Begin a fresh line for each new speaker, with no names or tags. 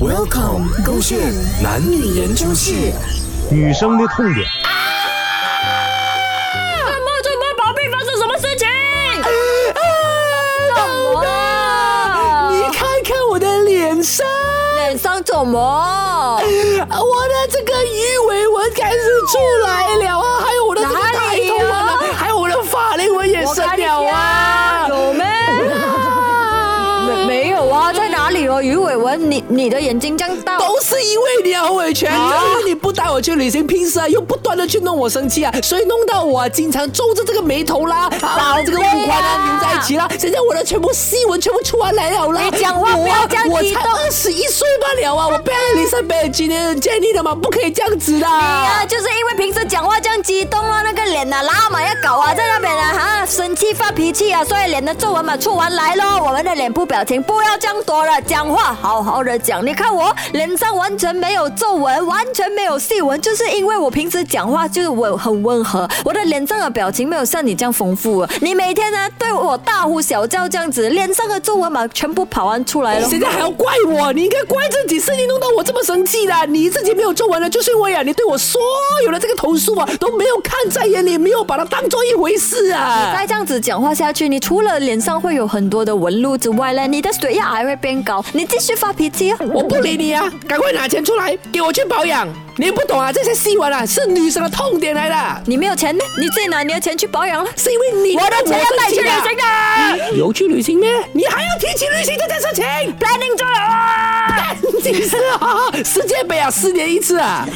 Welcome，勾线男女研究室。
女生的痛点。
怎么怎么宝贝发生什么事情？怎么了？
你看看我的脸上，
脸上怎么？
啊我的这个鱼尾纹开始出来了啊，还有我的这个
哪
大
里
头纹啊
啊，
还有我的法令纹也
我
生
看一
了啊
下，。有没？没没有啊，在哪里哦？鱼尾纹，你你的眼睛这样大，
都是因为你啊，伟权，
啊
就是你不带我去旅行拼事啊，又不断的去弄我生气啊，所以弄到我、啊、经常皱着这个眉头啦，啊，这个五官啊
啊
扭在一起啦，现在我的全部细纹全部出完来了啦。
你讲话
我
不要这样
我
激
才
动
二十一岁罢了啊，我被艾丽莎贝尔今天建议的嘛，不可以这样子的。
啊，就是因为平时讲话这样激动啊，那个脸啊拉嘛要搞啊，在那边啊哈生气发脾气啊，所以脸的皱纹嘛出完来咯。我们的脸部表情不要这样多了，讲话好好的讲。你看我脸上完全没有皱纹，完全没有细纹，就是因为我平时讲话就是我很温和，我的脸上的表情没有像你这样丰富啊。你每天呢对我大呼小叫这样子，脸上的皱纹嘛全部跑完出来了。
现在还要怪我？你应该怪自己，是你弄到我这么生气的。你自己没有做完了，就是因为啊，你对我所有的这个投诉啊，都没有看在眼里，没有把它当做一回事啊。
再这样子讲话下去，你除了脸上会有很多的纹路之外呢，你的血压还会变高。你继续发脾气啊！
我不理你啊！赶快拿钱出来，给我去保养。你不懂啊，这些细纹啊是女生的痛点来的，
你没有钱呢，你自己拿你的钱去保养了。
是因为你
我的钱要带去旅行啊
的。
的
你啊有去旅行咩？你还要提起旅行这件 事情？
，planning 做 了啊！
你是啊，世界杯啊，四年一次啊。